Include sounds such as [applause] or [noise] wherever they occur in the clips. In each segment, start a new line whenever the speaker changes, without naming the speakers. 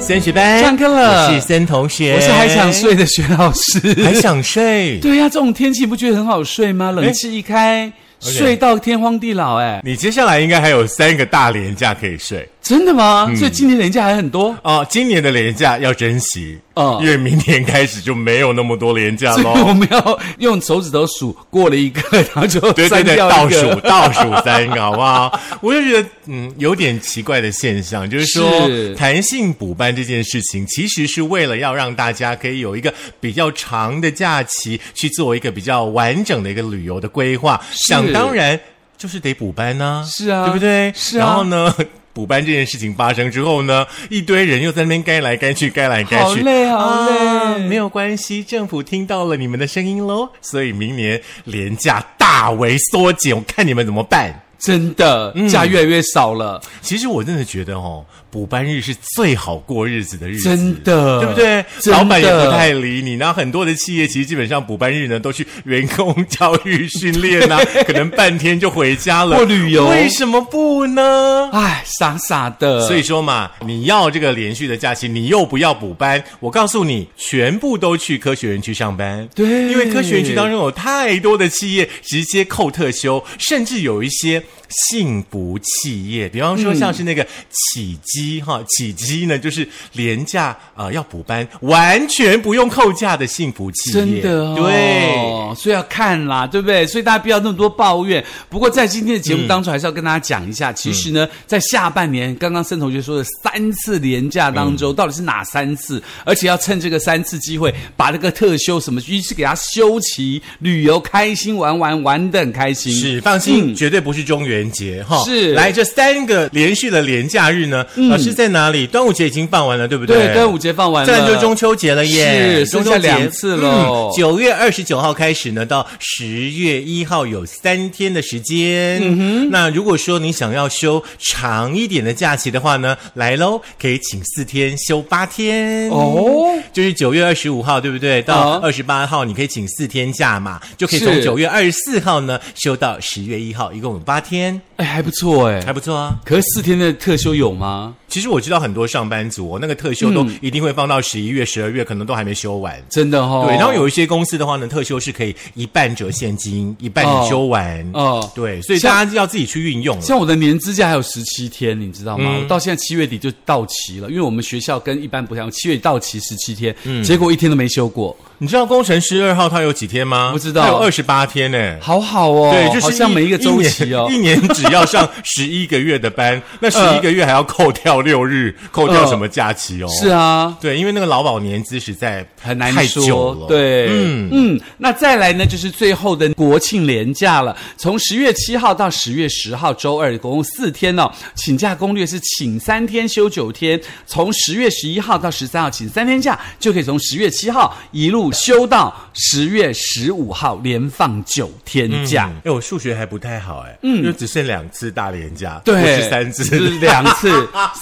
森学班
上课了
我是森同学，
我是还想，睡的薛老师。
还想
[laughs]
睡。哎
对呀、这种天气不觉得很好睡吗？冷气一开，睡到天荒地老、哎，
你接下来应该还有三个大连假可以睡
真的吗？
嗯
所以今年年假还很多，
哦，今年的连假要珍惜
哦
因为明年开始就没有那么多连假
所 [laughs] 以我
喽。
们要用手指头数过了一个，然后就 [laughs]
对对
删
对，
掉
倒
一个
数倒数三个，好不好？我就觉得，嗯，有点奇怪的现象，就是说
是
弹性补班这件事情，其实是为了要让大家可以有一个比较长的假期，去做一个比较完整的一个旅游的规划。想当然就是得补班呢、
是啊
对不对？
是啊
然后呢？补班这件事情发生之后呢，一堆人又在那边该来该去，该来该去，
好累好
啊
累
没有关系，政府听到了你们的声音喽，所以明年廉价大为缩减，我看你们怎么办。
真的
嗯
假越来越少了，
其实我真的觉得哦，补班日是最好过日子的日子，
真的
对不对？
真的
老板也不太理你，然后很多的企业其实基本上补班日呢都去员工 [laughs] 教育训练呐、可能半天就回家了，
或旅游
为什么不呢？
哎，傻傻的。
所以说嘛，你要这个连续的假期，你又不要补班，我告诉你，全部都去科学园区上班。
对
因为科学园区当中有太多的企业直接扣特休，甚至有一些。幸福企业，比方说像是那个起基、哈，起基呢就是廉价呃要补班，完全不用扣假的幸福企
真
业，
的、哦、
对，，
所以要看啦，对不对？所以大家不要那么多抱怨。不过在今天的节目当中，还是要跟大家讲一下，其实
嗯
呢，在下半年，刚刚森同学说的三次连假当
嗯
中，到底是哪三次？而且要趁这个三次机会，把这个特休什么，一次给它休齐，旅游开心玩玩玩的很开心。
是，放心，
嗯
绝对不是中元节哈。
是嗯
来这三个连续的连假日呢，老师在哪里？端午节已经放完了，对不
对，端午节放完了，
再来就中秋节了耶，
是
中秋
剩下
节嗯
两次喽
九、9月二十九号开始呢，到十月一号有三天的时间。嗯哼，那如果说你想要休长一点的假期的话呢，来喽，可以请四天休八天
哦。
就是九月二十五号，对不对？到
啊
二十八号，你可以请四天假嘛，就可以从
是
九月二十四号呢休到十月一号，一共有八天，
哎，还不错哎。
还不错啊。
可是四天的特休有吗？
其实我知道很多上班族、哦，那个特休都
嗯
一定会放到十一月、十二月，可能都还没休完。
真的哈、哦。
对，然后有一些公司的话呢，特休是可以一半折现金，一半你休完。
哦哦
对，所以
像
大家要自己去运用了。
像我的年资假还有十七天，你知道
嗯
吗？我到现在七月底就到期了，因为我们学校跟一般不太一样，七月底到期十七天，
嗯
结果一天都没休过，
你知道工程师二号他有几天吗？
不知道
他有二十八天呢、
好好哦，
对，就是
好像
一
每一个周期哦
[laughs]
呃
一。年一年只要上十一个月的班，
[laughs]
那十一个月还要扣掉六日，扣掉什么假期哦？
是啊，
对，因为那个劳保年资实在
很难
太久
说
了。，
对，
嗯
嗯那再来呢，就是最后的国庆连假了，从十月七号到十月十号，周二总共四天哦。请假攻略是请三天休九天，从十月十一号到十三号请三天假，就可以从十月七号一路休到十月十五号，连放九天假。
哎，我数学还不太好哎，嗯，就只剩两次大连假，不
对，
是三次，
是两
[laughs]
次，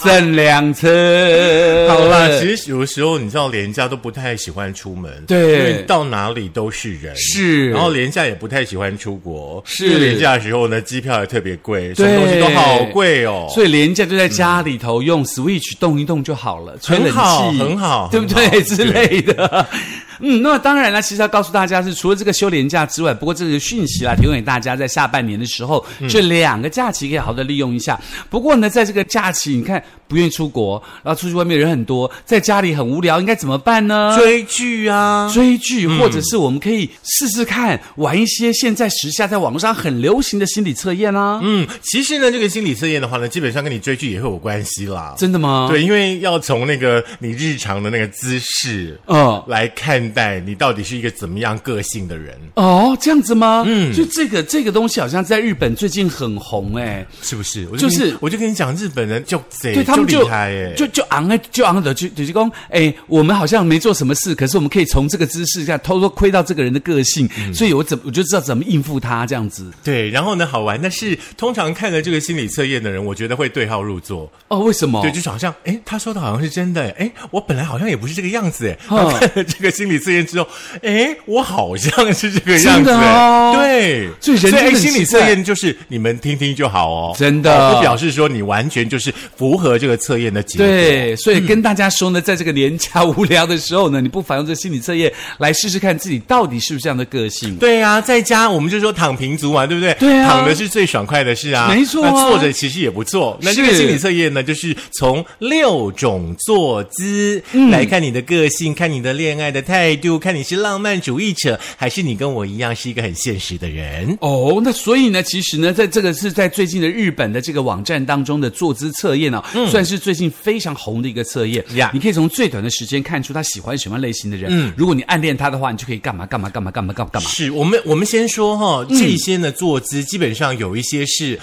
剩两次。
好啦，其实有的时候你知道，廉价都不太喜欢出门，
对
因为到哪里都是人，
是
然后廉价也不太喜欢出国，
是
因为廉价的时候呢，机票也特别贵，什
对
么东西都好贵哦。
所以廉价就在家里头用 Switch 动一动就好了，吹冷
很
气
好很好
对不
很好
对之类的？ [laughs] 嗯，那么当然了，其实要告诉大家是，除了这个休廉假之外，不过这个讯息啦，提供给大家在下半年的时候，
嗯
这两个假期可以好好的利用一下。不过呢，在这个假期，你看不愿意出国，然后出去外面人很多，在家里很无聊，应该怎么办呢？
追剧啊，
追剧，或者是我们可以试试看玩一些现在时下在网络上很流行的心理测验啊啦、
嗯，其实呢，这个心理测验的话呢，基本上跟你追剧也会有关系啦。
真的吗？，
对，因为要从那个你日常的那个姿势，
嗯。
来看待你到底是一个怎么样个性的人，
哦，这样子吗？嗯，就这个这个东西好像在日本最近很红哎、
是不是？我
就是
跟你我就跟你讲，日本人就贼，
对他们就
哎厉害耶，
就就昂哎，就昂的就就是讲，哎，我们好像没做什么事，可是我们可以从这个姿势下偷偷窥到这个人的个性，
嗯
所以我怎我就知道怎么应付他这样子。
对，然后呢，好玩，但是通常看了这个心理测验的人，我觉得会对号入座。
哦，为什么？
对，就是好像，哎，他说的好像是真的，哎，我本来好像也不是这个样子，哎，
嗯
然后看了这个心理理测验之后，哎，我好像是这个样
真
子，
的哦
哎对，
所以人真的很
心理
奇
测
怪
验就是你们听听就好哦，
真的
哦不表示说你完全就是符合这个测验的结果。
对，所以跟大家说呢，在这个年假无聊的时候呢，你不妨用这心理测验来试试看自己到底是不是这样的个性。
对呀、在家我们就说躺平族嘛，对不对？
嗯对啊
躺的是最爽快的事啊，
没错啊
那坐着其实也不错。那这个
是
心理测验呢，就是从六种坐姿、
嗯
来看你的个性，看你的恋爱的态度，看你是浪漫主义者，还是你跟我一样是一个很现实的人。
哦，那所以呢，其实呢，在这个是在最近的日本的这个网站当中的坐姿测验啊，算是最近非常红的一个测验。
嗯呀
你可以从最短的时间看出他喜欢什么类型的人。嗯，如果你暗恋他的话，你就可以干嘛干嘛干嘛干嘛干嘛干嘛。
是我们我们先说哈、
嗯
这些呢坐姿基本上有一些是。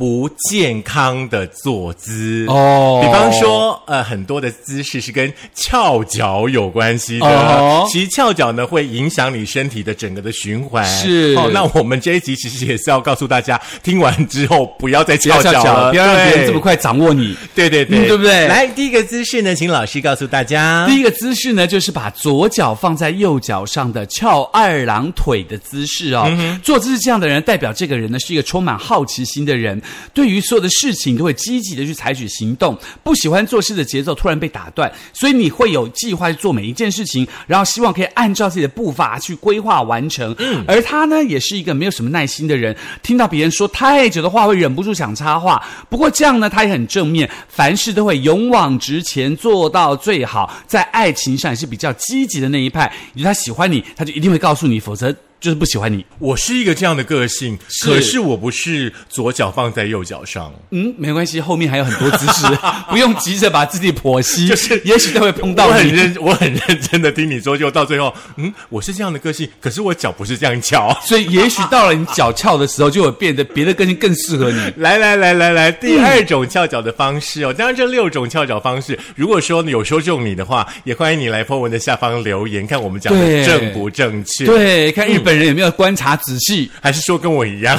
不健康的坐姿
哦
比方说，呃，很多的姿势是跟翘脚有关系的。
哦
其实翘脚呢，会影响你身体的整个的循环。
是
哦，那我们这一集其实也是要告诉大家，听完之后不要再
不要
翘
翘
脚
脚了，
了，
不要让别人
对
这么。快掌握你。
对对对，
嗯对不对
来，第一个姿势呢，请老师告诉大家。
第一个姿势呢，就是把左脚放在右脚上的翘二郎腿的姿势哦。坐姿是这样的人，代表这个人呢是一个充满好奇心的人，对于所有的事情都会积极的去采取行动，不喜欢做事的节奏突然被打断，所以你会有计划去做每一件事情，然后希望可以按照自己的步伐去规划完成。
嗯
而他呢，也是一个没有什么耐心的人，听到别人说太久的话，会忍不住想插话。不过这样呢，他也很正面，凡事都会勇往直前，做到最好。在爱情上也是比较积极的那一派，你他喜欢你，他就一定会告诉你，否则就是不喜欢你。
我是一个这样的个性，
是
可是我不是左脚放在右脚上。
嗯，没关系，后面还有很多姿
[laughs]
势，不用急着把自己剖析，
就是
也许都会碰
我
到
很
你。
认，我很认真的听你说，就到最后，嗯，我是这样的个性，可是我脚不 [laughs] 是这样翘。
所以也许到了你脚翘的时候，就会变得别的个性更适
[laughs]
合你。
来来来来来，第二种翘脚的方式哦，当然这六种翘脚方式，如果说有说中你的话，也欢迎你来 po 文的下方留言，看我们讲的
对
正不正确。
对，
嗯
看日本人有没有观察仔细。
还是说跟我一 [laughs] 样？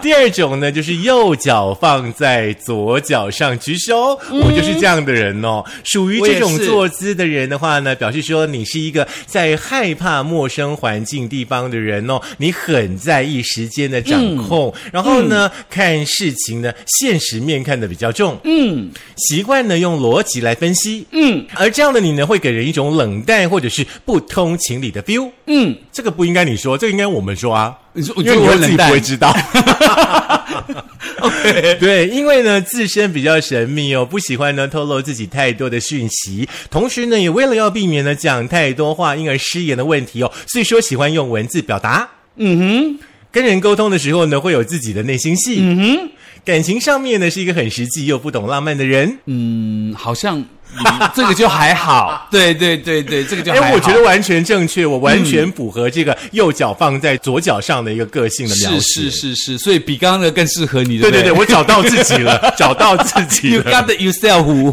第二种呢，就是右脚放在左脚上，举手。我就是这样的人哦，属于这
我
种
也是
坐姿的人的话呢，表示说你是一个在害怕陌生环境地方的人哦，你很在意时间的掌控，然后呢，看事情呢现实面看得比较重，嗯，习惯呢用逻辑来分析，嗯，而这样的你呢，会给人一种冷淡或者是不通情理的 feel，
嗯，
这个不应该你说，这个应该我们说啊。
你说
因为
我觉得
你
我
会自
很
己
冷
不
淡
会知
[laughs]
道。 [laughs] 对，因为呢自身比较神秘哦，不喜欢呢透露自己太多的讯息，同时呢也为了要避免呢讲太多话，因而失言的问题哦，所以说喜欢用文字表达。
嗯
跟人沟通的时候呢，会有自己的内心戏。嗯哼，感情上面呢是一个很实际又不懂浪漫的人。
嗯，好像、嗯这个就
[laughs]
还好。对对对对，这个就还好。嗯
哎，我觉得完全正确，我完全符合这个右脚放在左脚上的一个个性的描述。
是是是是，所以比刚刚的更适合你。
对
对
对对，我找到自己 [laughs] 了，找到自己
You
了。
got it yourself。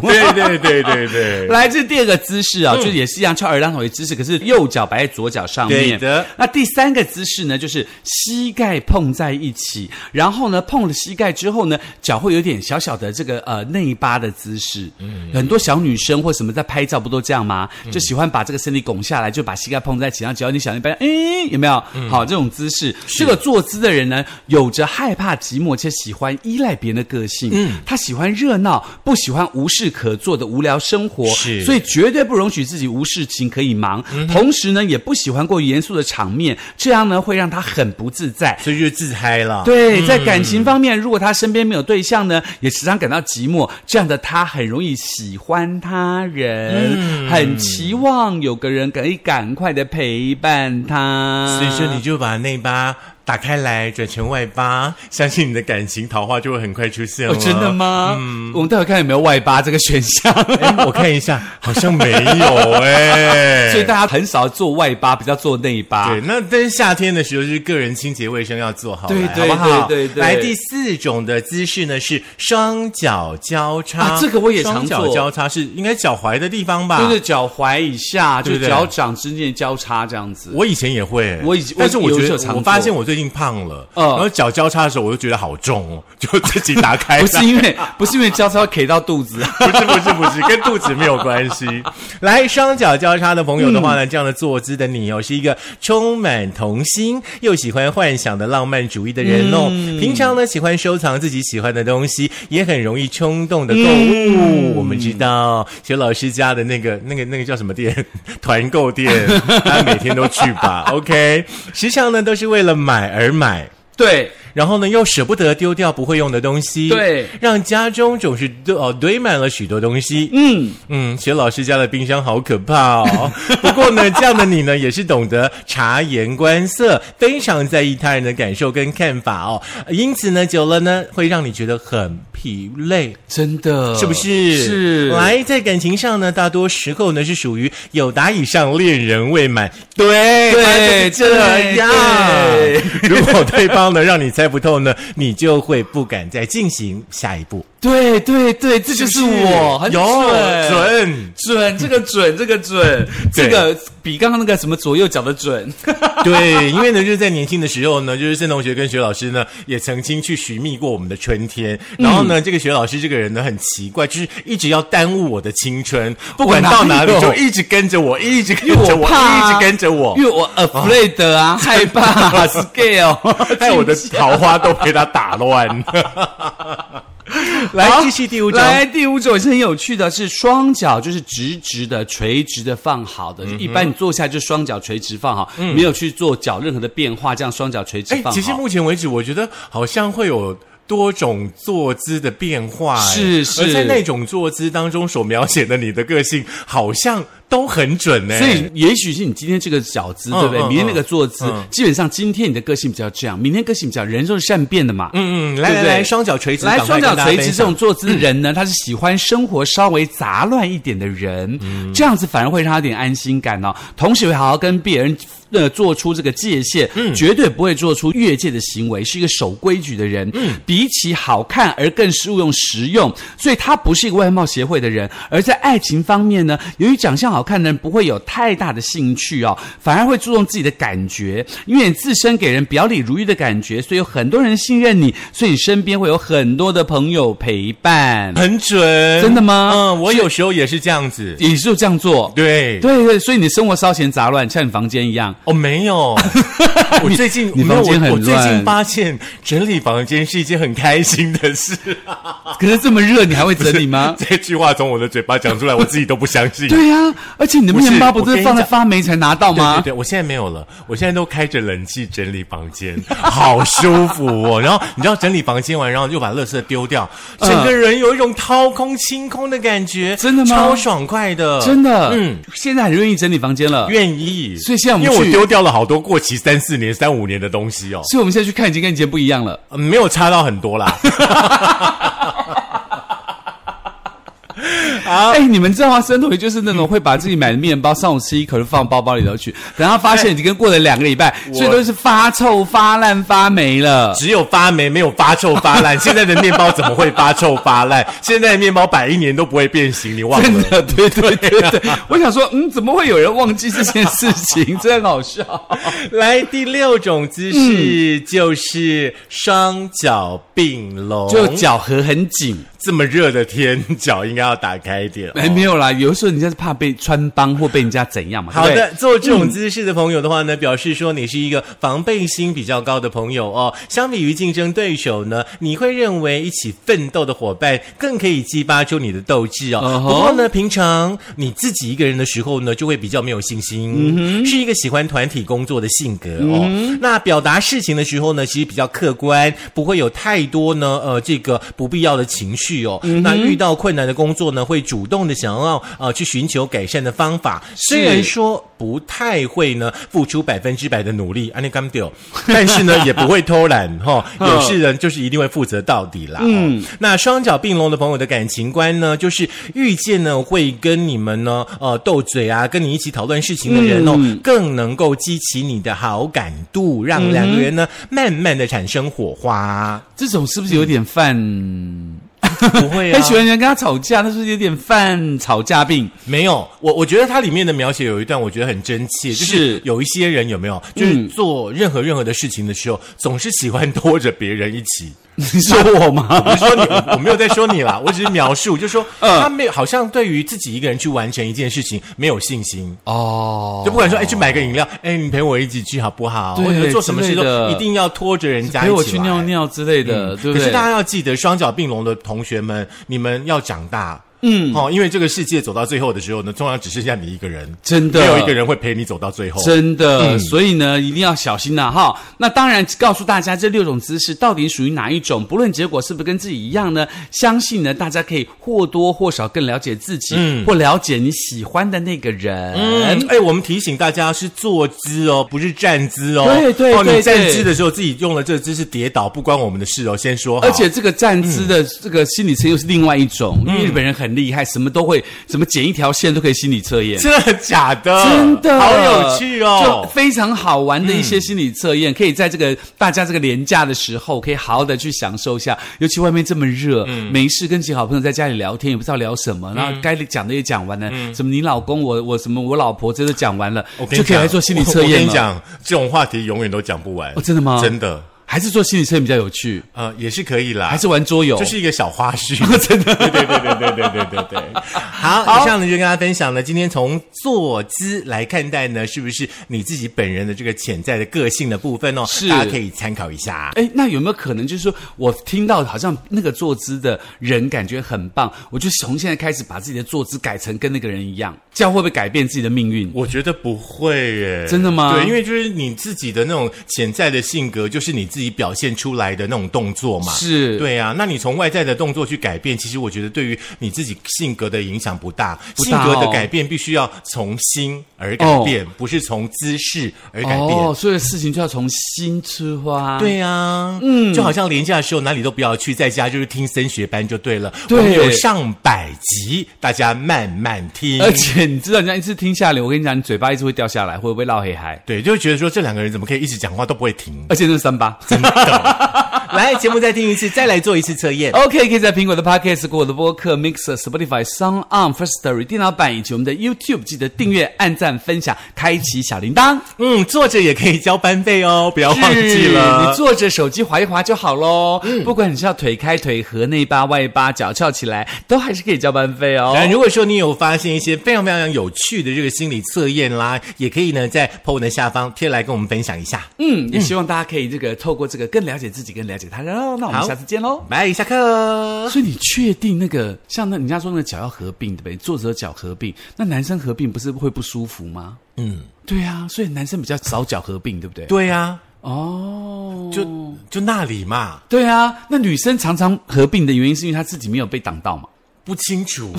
[laughs] 对对对对对。嗯
[laughs] 来，这是第二个姿势啊，就也是一样翘二郎腿的姿势，可是右脚摆在左脚上
对
面。
的
那第三个姿势呢，就是膝盖碰在一起，然后呢，碰了膝盖之后呢，脚会有点小小的这个呃内八的姿势。很多小女生或什么在拍照不都这样吗？就喜欢把这个身体拱下来，就把膝盖碰在一起，然后只要你想一般，哎，有没有？好，这种姿势，这个坐姿的人呢，有着害怕寂寞且喜欢依赖别人的个性。嗯，他喜欢热闹，不喜欢无事可做的无聊生活。
是
所以绝对不容许自己无事情可以忙。
嗯
同时呢，也不喜欢过于严肃的场面，这样呢会让他很不自在。
所以就自嗨了。
对，在感情方面，如果他身边没有对象呢，也时常感到寂寞，这样的他很容易喜欢他人，
嗯
很期望有个人可以赶快的陪伴他。
所以说你就把内八打开来，转成外八，相信你的感情桃花就会很快出现了。
哦，真的？吗？
嗯
我们待会看有没有外八这个
[laughs]
选项。
哎，我看一下，好像没有
[laughs]
哎、
所以大家很少做外八，比较做内八。
对，那但是夏天的时候，就是个人清洁卫生要做好来，
对对
好不好？
对对对
来，第四种的姿势呢是双脚交叉，
啊这个我也常
双脚
做
交叉是应该脚踝的地方吧？
就是脚踝以下，就
对不对
脚掌之间交叉这样子。
我以前也会，
我以前
但是
我
我
有
觉
时候
得
常
我发
做
现我最近胖了，
嗯
然后脚交叉的时候我就觉得好重哦，就自己打开
[laughs] 不是因为不是因为交叉 K 到肚子，
不是不是不是，跟肚子没有关系。 [laughs] 来，双脚交叉的朋友的话呢，这样的坐姿的你哦，是一个充满童心又喜欢幻想的浪漫主义的人哦。平常呢，喜欢收藏自己喜欢的东西，也很容易冲动的购物。哦我们知道学老师家的那个那个那个叫什么店，团购店， [laughs] 大家每天都去吧。OK，时常呢都是为了买而买。
[laughs] 对，
然后呢，又舍不得丢掉不会用的东西，
对
让家中总是堆哦堆满了许多东西。
嗯，
嗯，学老师家的冰箱好可怕哦。 [laughs] 不过呢，这样的你呢，也是懂得察言观色，非常在意他人的感受跟看法哦。因此呢，久了呢，会让你觉得很疲累。
真的
是不是？
呃是
来，在感情上呢，大多时候呢是属于有达以上恋人未满，对
对
他就是这样 [laughs]
对。
如果对方呢让你猜不透呢，你就会不敢再进行下一步。
对对对，这就是是
不是
我，很
有
准。
准。
准，这个准，这个准，
对
这个比刚刚那个什么左右脚的准。
[laughs] 对，因为呢，就是在年轻的时候呢，就是郑同学跟学老师呢，也曾经去寻觅过我们的春天。然后呢，这个学老师这个人呢，很奇怪，就是一直要耽误我的青春，不管到哪里
我哪
就
有
一直跟着我，一直跟
[laughs] 因为
着
我
我，
怕啊
一直跟着我 [laughs]
因。为我 afraid 啊，哦害 [laughs] 怕 scale，
哎害我的桃花都被他打乱。来，
好
继续第五种。
来，第五种也是很有趣的，是双脚就是直直的、垂直的放好
嗯
的。一般你坐下就双脚垂直放好，没有去做脚任何的变化，这样双脚垂
[laughs]
直
哎，
放
其实
好。
目前为止，我觉得好像会有。多种坐姿的变化，哎
是是
而在那种坐姿当中所描写的你的个性，好像都很准哎呢。
所以，也许是你今天这个脚姿，
嗯
对不对？
嗯
明天那个坐姿
嗯，
基本上今天你的个性比较这样，明天个性比较，人都是善变的嘛。
嗯嗯，来
对
来
不对
来，双脚垂直，
来，
赶快
双
跟
脚
大家
垂
分
直这
享嗯
种坐姿的人呢，他是喜欢生活稍微杂乱一点的人，
嗯
这样子反而会让他有点安心感哦。同时会好好跟别人呃做出这个界限，
嗯
绝对不会做出越界的行为，是一个守规矩的人。
嗯
比起好看而更注重实用，所以他不是一个外貌协会的人。而在爱情方面呢，由于长相好看的人不会有太大的兴趣哦，反而会注重自己的感觉，因为你自身给人表里如一的感觉，所以有很多人信任你，所以你身边会有很多的朋友陪伴。
很准，
真的吗
嗯，我有时候也是这样子，
也就这样做，
对，
对对，所以你生活稍嫌杂乱，像你房间一样。
哦，没有，我最近
[laughs] 你
没有
房
我
间很
我最近
乱
发现整理房间是一件很开心的事。？
可是这么热，你还会整理吗
[laughs] 这句话从我的嘴巴讲出来，我自己都不相信。
[laughs] 对呀、而且你的
不是
面包
我
不
跟
是
你
放在
讲
发霉才拿到
对对
吗？
对，我现在没有了，我现在都开着冷气整理房间， [laughs] 好舒服哦。然后你知道整理房间完，然后又把垃圾丢掉，整个人有一种掏空、清空的感觉，
嗯真的吗
超爽快的，
真的，
嗯
嗯，现在很愿意整理房间了。
愿意。
啊所以现在我们
因为我
去
丢掉了好多过期三四年、三五年的东西哦，
所以我们现在去看已经跟以前不一样了。
嗯没有差到很多啦。 [laughs]
哎、你们知道吗？孙同学就是那种会把自己买的面包上午吃一口就放包包里头去，等他发现已经跟过了两个礼拜，所以都是发臭、发烂、发霉了。
只有发霉，没有发臭发烂。现在的面包怎么会发臭发烂？现在的面包摆一年都不会变形，你忘
[laughs] 真
了？
的，对对对 [laughs] 对，我想说，嗯，怎么会有人忘记这件事情？真好笑。
来，第六种姿
嗯
势、就是双脚并拢，
[laughs] 就脚合很紧，
这么热的天，脚应该要打开一点。哦
哎，没有啦，有的时候人家是怕被穿帮或被人家怎样嘛。
好
对不对
的，做这种姿势的朋友的话呢，表示说你是一个防备心比较高的朋友哦。相比于竞争对手呢，你会认为一起奋斗的伙伴更可以激发出你的斗志哦。
嗯哼
不过呢，平常你自己一个人的时候呢，就会比较没有信心，
嗯
是一个喜欢团体工作的性格哦。那表达事情的时候呢，其实比较客观，不会有太多呢呃这个不必要的情绪哦。
嗯
那遇到困难的工作呢，会主动的想要呃去寻求改善的方法，虽然说不太会呢付出百分之百的努力，安啊利甘丢，但是呢也不会偷懒哈、
嗯
有事人就是一定会负责到底啦。嗯，那双脚并拢的朋友的感情观呢，就是遇见呢会跟你们呢呃斗嘴啊，跟你一起讨论事情的人哦，更能够激起你的好感度，让两个人呢慢慢的产生火花。
嗯这种是不是有点犯？
不会啊
哎很喜欢人家跟他吵架，那是不是有点犯吵架病？
没有，我我觉得它里面的描写有一段，我觉得很真切，就是
是嗯
有一些人有没有，就是做任何任何的事情的时候，总是喜欢拖着别人一起。
你说我吗？
我不是说你，我我没有在说你啦，我只是描述，就说
嗯
他没有，好像对于自己一个人去完成一件事情没有信心。
[laughs] 哦
就不管说，哎，去买个饮料，哎，你陪我一起去好不好？
对
或者做什么事
之类
都
的
一定要拖着人家一起
陪我去
来嗯
尿尿之类的，对不
可是
对？
大家要记得，双脚并拢的同学们，你们要长大。嗯，哦，因为这个世界走到最后的时候呢，通常只剩下你一个人，
真的
没有一个人会嗯陪你走到最后。哎
真的，所以呢，一定要小心呐、哈。那当然，告诉大家这六种姿势到底属于哪一种，不论结果是不是跟自己一样呢？相信呢，大家可以或多或少更了解自己，或了解你喜欢的那个人。
嗯，哎，我们提醒大家是坐姿哦，不是站姿哦。
对对
哦，你
对
站
对
姿的时候自己用了这个姿势跌倒，不关我们的事哦。先说好，
而且这个站姿
嗯
的这个心理测又是另外一种，因为日本人很厉害，什么都会，什么剪一条线都可以心理测验。
真的假的？
真的
嗯好有趣
就
哦。
非常好玩的一些心理测验，可以在这个大家这个廉价的时候，可以好好的去享受一下。尤其外面这么热，
嗯
没事跟几个好朋友在家里聊天，也不知道聊什么，然后该讲的也讲完了，什么你老公我我什么我老婆这都讲完了
嗯我，跟你
就可以
讲
来做心理测
我我跟
验
你
了。
讲，这种话题永远都讲不完。
哦真的吗
真的，
还是做心理测验比较有趣，
呃，也是可以啦。
还是玩桌游？
就是一个小花絮， [laughs] 真的，对对对对对对对对 [laughs] 对。好，以上呢就跟大家分享了，今天从坐姿来看待呢，是不是你自己本人的这个潜在的个性的部分哦？
是
大家可以参考一下。
哎，那有没有可能就是说我听到好像那个坐姿的人感觉很棒，我就从现在开始把自己的坐姿改成跟那个人一样，这样会不会改变自己的命运？
我觉得不会耶，
真的吗
对，因为就是你自己的那种潜在的性格，就是你自己表现出来的那种动作嘛。
是
对啊。那你从外在的动作去改变，其实我觉得对于你自己性格的影响不大。
不
性
大
格的
哦
改变必须要从心而改
哦
变，不是从姿势而改变。
哦，所有事情就要从心出发。。
对呀、嗯，就好像廉价的时候哪里都不要去，在家就是听升学班就对了。
对
我们有上百集，大家慢慢听。
而且你知道，人家一次听下来，我跟你讲，你嘴巴一直会掉下来，会不会落黑海？。
对，就觉得说这两个人怎么可以一直讲话都不会停
而且那是
[laughs]
三八。
来，节目再听一次，再来做一次测验。
OK，可以在苹果的 Podcast、我的播客、Mixer、Spotify、Sound On、First Story 电脑版以及我们的 YouTube，记得订阅、按赞、分享、开启小铃铛。
嗯，作者也可以交班费哦，不要 [laughs] 忘记
是
了。嗯
你坐着手机划一划就好喽。不管你是要腿开腿合、内八外八、脚翘起来，都还是可以交班费哦。
那如果说你有发现一些非常非常有趣的这个心理测验啦，也可以呢在 PO 文的下方贴来跟我们分享一下。
嗯，也希望大家可以这个透过这个更了解自己，更了解他人哦。那我们
好
下次见喽。
拜，下课。
[laughs] 所以你确定那个像那人家说那个脚要合并对不对？坐着脚合并，那男生合并不是会不舒服吗？
嗯，
对啊，所以男生比较少脚合并，对不对？
对呀、
哦，
就就那里嘛。
对啊。那女生常常合并的原因是因为她自己没有被挡到嘛？
不清楚，